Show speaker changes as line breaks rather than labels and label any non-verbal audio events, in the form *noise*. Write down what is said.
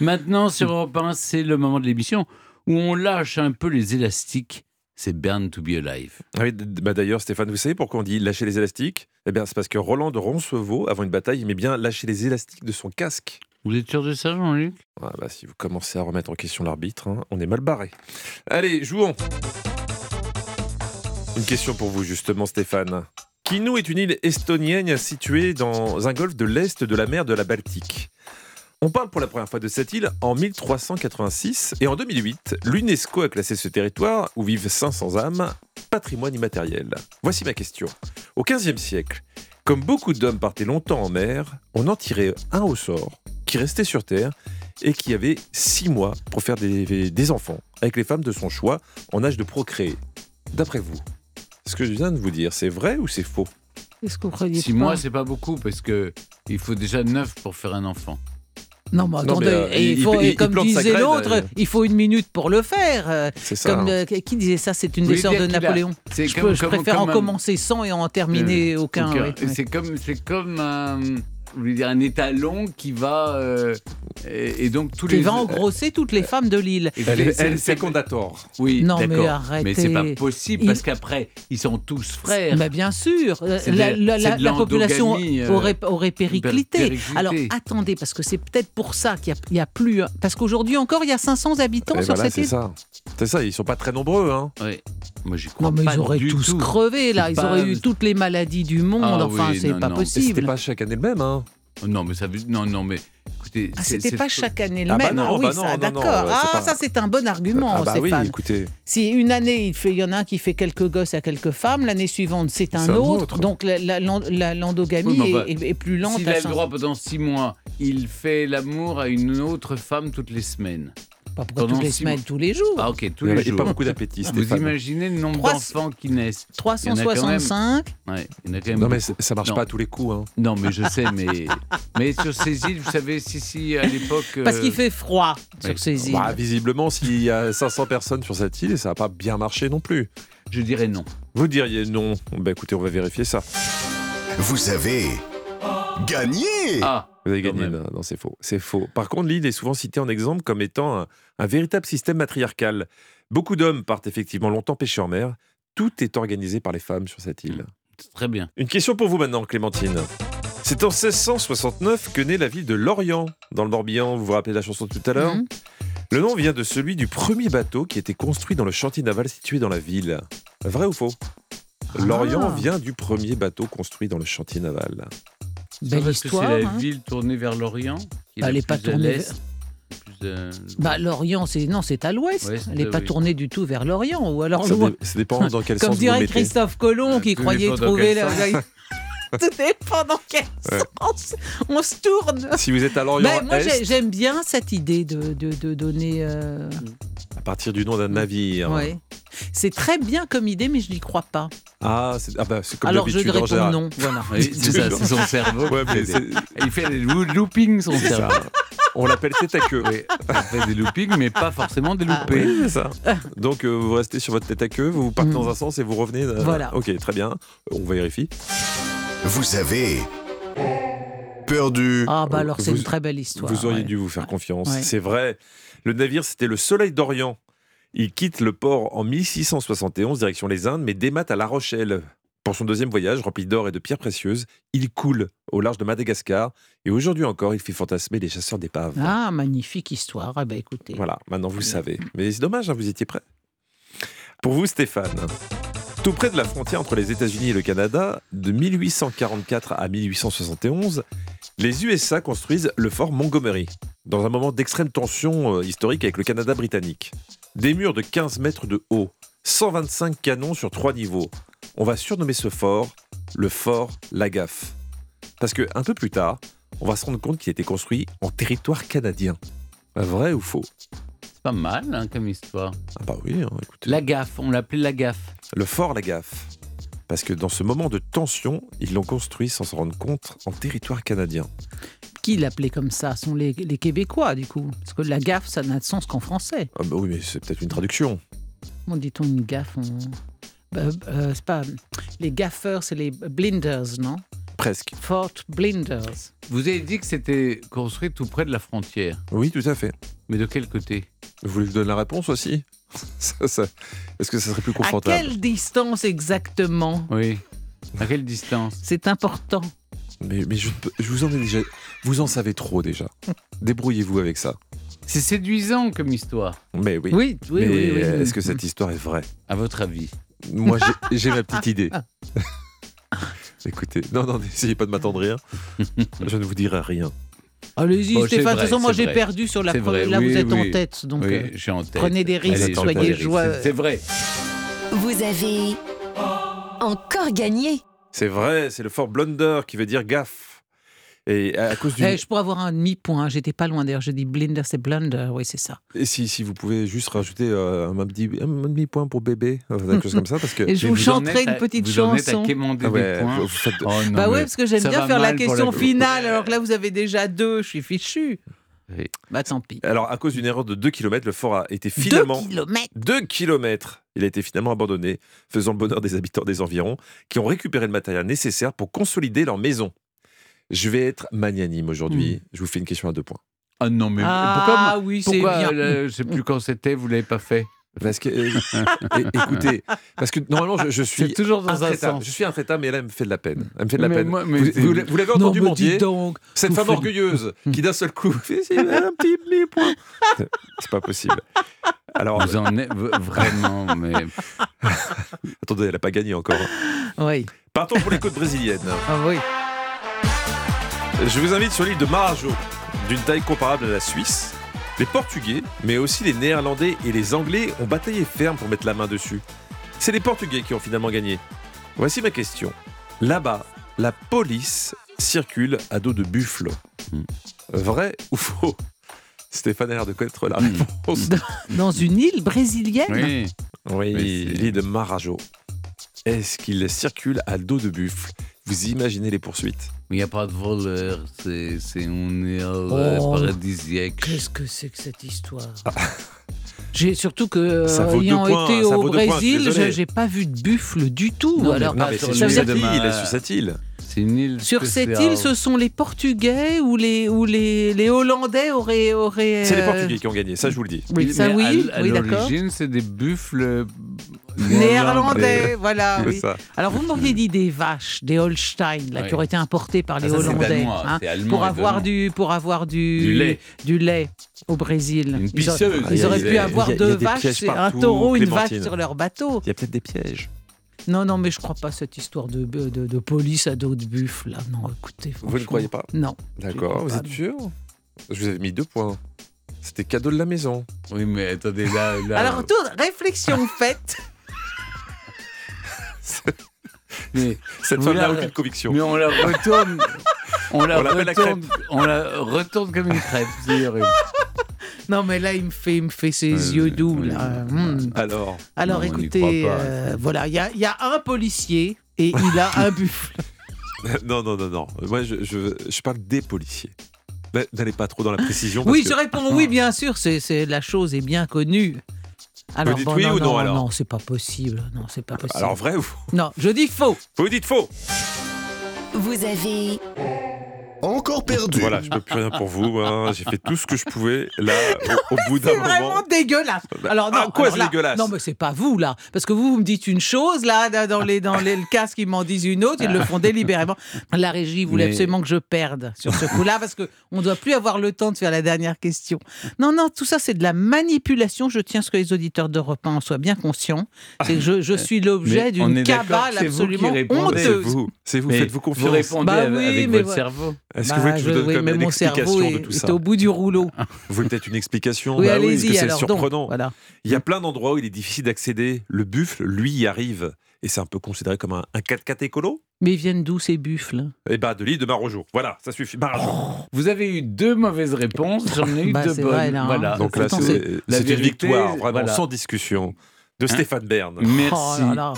Maintenant, sur Europe 1, c'est le moment de l'émission où on lâche un peu les élastiques. C'est Burn to be Alive.
Ah oui, d- d- bah d'ailleurs, Stéphane, vous savez pourquoi on dit lâcher les élastiques Eh bien, c'est parce que Roland de Roncevaux, avant une bataille, aimait bien lâcher les élastiques de son casque.
Vous êtes sûr de ça, Jean-Luc
Ah bah, si vous commencez à remettre en question l'arbitre, hein, on est mal barré. Allez, jouons Une question pour vous, justement, Stéphane. Kinu est une île estonienne située dans un golfe de l'est de la mer de la Baltique. On parle pour la première fois de cette île en 1386 et en 2008, l'UNESCO a classé ce territoire, où vivent 500 âmes, patrimoine immatériel. Voici ma question. Au XVe siècle, comme beaucoup d'hommes partaient longtemps en mer, on en tirait un au sort qui restait sur Terre et qui avait six mois pour faire des, des enfants avec les femmes de son choix en âge de procréer. D'après vous, ce que je viens de vous dire, c'est vrai ou c'est faux
Est-ce que vous croyez
Six
pas
mois, c'est pas beaucoup parce que il faut déjà neuf pour faire un enfant.
Non, mais
Non, mais,
attendez,
euh,
et
il-
il faut,
il-
et
il
comme
plante sa
disait
graine,
l'autre,
euh,
il faut une minute pour le faire. euh,
C'est ça.
Comme
hein.
euh, qui disait ça, c'est une
Vous
des
voulez
sœurs
dire
de
qu'il a-
Napoléon.
C'est
Je, peux- je préfère en commencer 100 et en terminer aucun.
Euh, aucun.
ouais, ouais.
C'est comme, c'est comme un, je veux dire, un étalon qui va euh, et, et donc tous
Qui
les
va engrosser toutes les femmes de l'île.
Et
Elle
puis,
est,
c'est-
elle,
c'est-
fécondator.
Oui,
Non, mais
d'accord.
arrêtez.
Mais c'est pas possible
Il-
parce qu'après ils sont tous frères.
Mais bien sûr, euh,
C'est de
la,
la-
la-
c'est
la-
de
la population
l'endogamie, euh,
aurait, aurait périclité.
périclité.
Alors attendez, parce que c'est peut-être pour ça qu'il n'y a, plus. hein, Parce qu'aujourd'hui encore, il y a 500 habitants
Et
sur
voilà,
cette
c'est
île.
ça. C'est ça, ils sont pas très nombreux. Hein.
Ouais. Moi j'y crois
Non, mais
pas
ils auraient
du
tous
tout.
crevé, là.
C'est
Ils
pas-
auraient eu toutes les maladies du monde.
Ah
enfin,
oui,
c'est
non,
pas
non.
Et C'était
possible.
pas chaque année le même. Hein.
Non mais ça veut- non non mais écoutez.
Ah,
c'est-
c'était
c'est
pas
trop-
chaque année le
Ah bah
même.
non,
ah oui,
bah non,
ça,
non,
d'accord.
non, ouais,
ah,
c'est pas-
ça, c'est un bon argument,
ah bah
Stéphane.
oui, écoutez.
Si une année, il fait- il y en a un qui fait quelques gosses à quelques femmes, l'année suivante, c'est un,
C'est un
autre.
autre.
Donc, la- la- l'en- la- l'endogamie
Oui, mais enfin,
est, est- est plus lente.
S'il
à
a le
cinq-
droit pendant six mois, il fait l'amour à une autre femme toutes les semaines.
Pas pour toutes
pendant
les
six
semaines,
mois.
tous les jours.
Ah ok, tous
Bah, Il y
les
avait pas
jours.
beaucoup d'appétit,
Vous
Stéphane.
imaginez le nombre
Trois-
d'enfants qui naissent. Il y en a quand même.
365.
Ouais, il y en a quand même
Non, mais
beaucoup.
c- ça marche
Non.
pas à tous les coups. Hein.
Non, mais je sais, mais, *laughs* mais sur ces îles, vous savez, si, si, à l'époque.
Parce
euh,
qu'il fait froid
oui.
sur ces îles.
Bah, visiblement, s'il y a 500 personnes sur cette île, ça va pas bien marché non plus.
Je dirais non.
Vous diriez non. Bah écoutez, on va vérifier ça.
Vous avez gagné
Ah,
Vous avez
Quand
gagné.
même.
Non, non, c'est faux. C'est faux. Par contre, l'île est souvent citée en exemple comme étant un, un véritable système matriarcal. Beaucoup d'hommes partent effectivement longtemps pêcher en mer. Tout est organisé par les femmes sur cette île.
c'est très bien.
Une question pour vous maintenant, Clémentine. C'est en 1669 que naît la ville de Lorient, dans le Morbihan. Vous vous rappelez la chanson de tout à l'heure
Mhm.
Le nom vient de celui du premier bateau qui était construit dans le chantier naval situé dans la ville. Vrai ou faux Lorient
Ah.
vient du premier bateau construit dans le chantier naval.
Belle
Parce que
histoire.
C'est la
hein.
ville tournée vers l'Orient. qui
Bah,
la
elle est
plus
pas
à
tournée
l'est, plus, euh,
Bah, L'Orient, c'est non, c'est à l'ouest.
Ouest,
Elle n'est pas
oui.
tournée du tout vers l'Orient. Ou alors
Ça,
loin.
dé- ça dépend dans quel
Comme
sens vous le
dirait
mettez.
Christophe Colomb
Euh,
qui
tout
croyait
dépend dans
trouver
quel
la. Tout dépend dans quel
Ouais.
sens on se tourne.
Si vous êtes à Lorient
Ben, moi,
Est,
j'ai- j'aime bien cette idée de, de- de donner. euh,
à partir du nom d'un navire.
ouais. C'est très bien comme idée, mais je n'y crois pas.
Ah, c'est ah bah, c'est comme
Alors je
d'habitude en
réponds
général.
non. Voilà.
Oui, c'est ça, c'est son cerveau.
Ouais, mais
qui fait des-
c'est-
Il fait des loo- loopings, son
c'est ça.
cerveau.
On l'appelle tête à queue.
*laughs*
Il fait des loopings, mais pas forcément des
Ah.
loupés.
Oui, c'est ça. Donc euh, vous restez sur votre tête à queue, vous partez
Mm.
dans un sens et vous revenez. euh,
Voilà.
Ok, très bien. On vérifie.
Vous avez perdu
Ah bah alors c'est
Vous-
une très belle histoire.
Vous auriez
ouais.
dû vous faire confiance.
Ouais.
C'est vrai. Le navire, c'était le Soleil d'Orient. Il quitte le port en 1671, direction les Indes, mais démate à La Rochelle. Pour son deuxième voyage, rempli d'or et de pierres précieuses, il coule au large de Madagascar. Et aujourd'hui encore, il fait fantasmer les chasseurs d'épaves.
Ah magnifique histoire. Ah bah écoutez.
Voilà, maintenant vous savez. Mais c'est dommage, hein, vous étiez prêt. Pour vous, Stéphane, tout près de la frontière entre les États-Unis et le Canada, de 1844 à 1871, les USA construisent le fort Montgomery, dans un moment d'extrême tension euh, historique avec le Canada britannique. Des murs de 15 mètres de haut, 125 canons sur trois niveaux. On va surnommer ce fort le fort Lagaffe. Parce que un peu plus tard, on va se rendre compte qu'il a été construit en territoire canadien. Vrai ou faux
C'est pas mal hein, comme histoire.
ah bah oui, hein, écoutez.
La gaffe, on l'appelait la gaffe.
Le fort la gaffe. Parce que dans ce moment de tension, ils l'ont construit sans s'en rendre compte en territoire canadien.
Qui l'appelait comme ça Ce Sont les, les Québécois du coup. Parce que la gaffe ça n'a de sens qu'en français.
Ah bah oui, mais c'est peut-être une traduction.
Comment dit-on une gaffe en- Bah, euh, c'est pas les gaffeurs, c'est les blinders, non
Presque.
Fort Blinders.
Vous avez dit que c'était construit tout près de la frontière.
Oui, tout à fait.
Mais de quel côté
Vous voulez que je donne la réponse aussi *laughs* Ça, ça- Est-ce que ça serait plus
À
confortable
quelle distance exactement
Oui. À quelle distance
C'est important.
Mais, mais je, ne peux- je vous en ai déjà. Vous en savez trop déjà.
*laughs*
Débrouillez-vous avec ça.
C'est séduisant comme histoire,
Mais oui.
Oui, oui, oui.
mais
oui, oui.
euh,
est-ce que cette histoire est vraie
à votre avis.
Moi, j'ai- j'ai ma petite idée. *laughs* Écoutez, non, non, n'essayez pas de
*laughs*
m'attendrir. Je ne vous dirai rien.
Allez-y,
Bon, c'est
Stéphane. De
vrai,
toute façon, moi,
c'est
j'ai
vrai.
perdu sur la
C'est
première.
vrai,
Là,
oui,
vous êtes
oui.
en tête. Donc,
oui,
euh,
j'ai en tête.
prenez des risques,
Allez,
soyez
prenez des risques.
joyeux.
C'est- C'est vrai.
Vous avez encore gagné.
C'est vrai, c'est le fort blunder qui veut dire gaffe. Et à à cause du.
eh, je pourrais avoir un demi-point. hein, J'étais pas loin d'ailleurs. J'ai dit Blinder, c'est Blunder. Oui, c'est ça.
Et si, si vous pouvez juste rajouter euh, un petit un demi-point pour bébé, euh, quelque chose comme ça, parce que.
Et je
Mais
vous,
en
chanterai
êtes à-
une petite
vous en êtes à
chanson.
quémander
Ah ouais,
des points.
vous- vous faites-
Oh non,
bah ouais,
mais-
parce que j'aime
ça
bien
va
faire la
mal pour
question
la-
finale, alors que là vous avez déjà deux, je suis fichu.
Oui.
Bah tant pis.
Alors, à cause d'une erreur de 2 km, le fort a été
Deux
finalement.
kilomètres
2 km Il a été finalement abandonné, faisant le bonheur des habitants des environs, qui ont récupéré le matériel nécessaire pour consolider leur maison. Je vais être magnanime aujourd'hui.
Hmm.
Je vous fais une question à deux points.
Ah non, mais
Ah oui, c'est
pourquoi, pourquoi
bien.
euh, je sais plus quand c'était, vous l'avez pas fait
Parce que, euh, é- écoutez, parce que normalement, je, je
C'est
suis.
toujours dans un
Intraitable.
sens.
Je suis intraitable, mais elle elle me fait de la peine. Elle me fait de la
Mais
peine.
moi- mais
vous
c'est-
vous l'avez- vous l'avez
non,
entendu
mais dis
mendier
donc.
Cette
Vous
femme
faites- *laughs*
orgueilleuse qui d'un seul coup fait c'est un petit demi-point. C'est pas possible. Alors,
Vous en êtes v- vraiment, mais
attendez, elle n'a pas gagné encore. hein.
Oui,
Partons pour les côtes brésiliennes.
ah oui.
Je vous invite sur l'île de Marajo, d'une taille comparable à la Suisse. Les Portugais, mais aussi les Néerlandais et les Anglais ont bataillé ferme pour mettre la main dessus. C'est les Portugais qui ont finalement gagné. Voici ma question. Là-bas, la police circule à dos de buffle.
Hmm.
Vrai ou faux Stéphane a l'air de connaître la
Hmm.
réponse.
Dans une île brésilienne
*laughs* oui.
Oui,
Hmm. Mais c'est-
l'île de Marajo. Est-ce qu'il circule à dos de buffle Vous imaginez les poursuites
Il n'y a pas de voleur, c'est c'est une île euh,
Oh.
paradisiaque.
Qu'est-ce que c'est que cette histoire J'ai surtout que
Ah.
euh,
Ça vaut deux
ayant
points,
été
ça
au
vaut deux points, je suis
Brésil,
désolé.
je- j'ai pas vu de buffle du tout.
Non, mais-
alors
non,
pas
mais
Ah, sur
c'est
le-
sur
ça veut
cette
dire-
ma-
île, est sur cette île.
C'est une île
Sur cette
spéciale.
île, ce sont les Portugais ou les ou les, les Hollandais auraient auraient.
C'est les
euh,
Portugais qui ont gagné, ça je vous le dis.
Oui,
Mais
ça
à
oui,
l- à
oui d'accord.
l'origine, c'est des buffles
Néerlandais, voilà.
C'est
Ah oui.
ça.
Alors vous m'auriez dit des vaches, des Holstein, là,
Oui.
qui auraient été importées par les
Ah, ça, c'est
Hollandais, hein.
danois, c'est allemand
pour
et
avoir
danois.
du, pour avoir du,
Du lait.
du lait au Brésil.
Une
ils, auraient,
pisseuse,
ils
ils
auraient
disaient.
pu avoir
Il y a- il y a
deux
des pièges
vaches, et un
partout,
taureau, une
Clémentine.
vache sur leur bateau.
Il y a peut-être des pièges.
Non, non, mais je crois pas cette histoire de de, de police à dos de buffle. Là, non, écoutez,
Vous ne
franchement.
croyez pas
Non.
D'accord,
Je
vous
crois
êtes
pas,
sûr Je vous avais mis deux points. C'était cadeau de la maison.
Oui, mais attendez, là...
Euh.
là
Alors, toute
*laughs*
réflexion faite.
*laughs*
mais,
Cette
Vous
femme n'a
l'avez-
aucune conviction.
mais on la
*laughs*
retourne... On la,
On l'appelle la
retourne, on la retourne comme une crêpe, c'est
*laughs*
horrible.
Non, mais là, il me fait, il me fait ses
Oui,
yeux
oui,
doux.
oui,
là.
oui.
Hum.
Alors,
Alors
Non, on n'y
écoutez,
croit pas.
euh, voilà, il y a, il y a un policier et il a
*laughs*
un buffle.
*laughs* non, non, non, non. Moi, je, je, je parle des policiers. Mais N'allez pas trop dans la précision. parce
Oui,
que- euh,
je réponds oui, bien sûr, c'est, c'est- la chose est bien connue. Alors,
dites oui
non,
ou
non,
non, alors
non, c'est pas possible. Non, c'est pas possible.
Alors, vrai ou faux
non, je dis faux.
Vous dites faux
Vous avez
Encore perdu.
Voilà, je peux plus rien pour vous. hein. J'ai fait tout ce que je pouvais. Là, au, au bout d'un
C'est
moment.
vraiment dégueulasse. Alors non,
ah, quoi,
alors
c'est
là-
dégueulasse
Non, mais c'est pas vous là, parce que vous, vous me dites une chose là dans les dans les le casque, ils m'en disent une autre, ils le font délibérément. La régie voulait
Mais-
absolument que je perde sur ce coup-là, parce que on doit plus avoir le temps de faire la dernière question. Non, non, tout ça c'est de la manipulation. Je tiens à ce que les auditeurs d'Europe 1 en soient bien conscients. C'est que
Ah,
je, je suis l'objet
Mais on
d'une
est d'accord,
cabale
c'est vous qui
absolument
répondez,
C'est
honteuse.
vous, c'est vous,
Mais
faites-vous
Vous
confiance.
répondez
Bah
av-
oui,
avec
mais
votre
voilà.
cerveau.
Est-ce que vous voulez
Bah,
que je vous donne
oui,
comme
mais
une
mon cerveau
explication
est,
de tout
est
ça
au bout du rouleau.
Vous voulez peut-être une explication
oui,
Bah parce que
allez-y
c'est
alors. donc,
surprenant.
voilà.
Il y a plein d'endroits où il est difficile d'accéder. Le buffle, lui, y arrive. Et c'est un peu considéré comme un, un 4x4 écolo
Mais ils viennent d'où ces buffles
Eh ben, de l'île de Marojo. Voilà, ça suffit. Bah, Marojo.
Vous avez eu deux mauvaises réponses, j'en ai eu
Bah,
deux
c'est
bonnes.
vrai, là, hein.
voilà.
Donc là,
Pourtant,
ah, c'est
c'est-
c'est
la
une
vérité,
victoire, vraiment
voilà.
Hein sans discussion, de Stéphane Bern.
Merci.
Oh là là.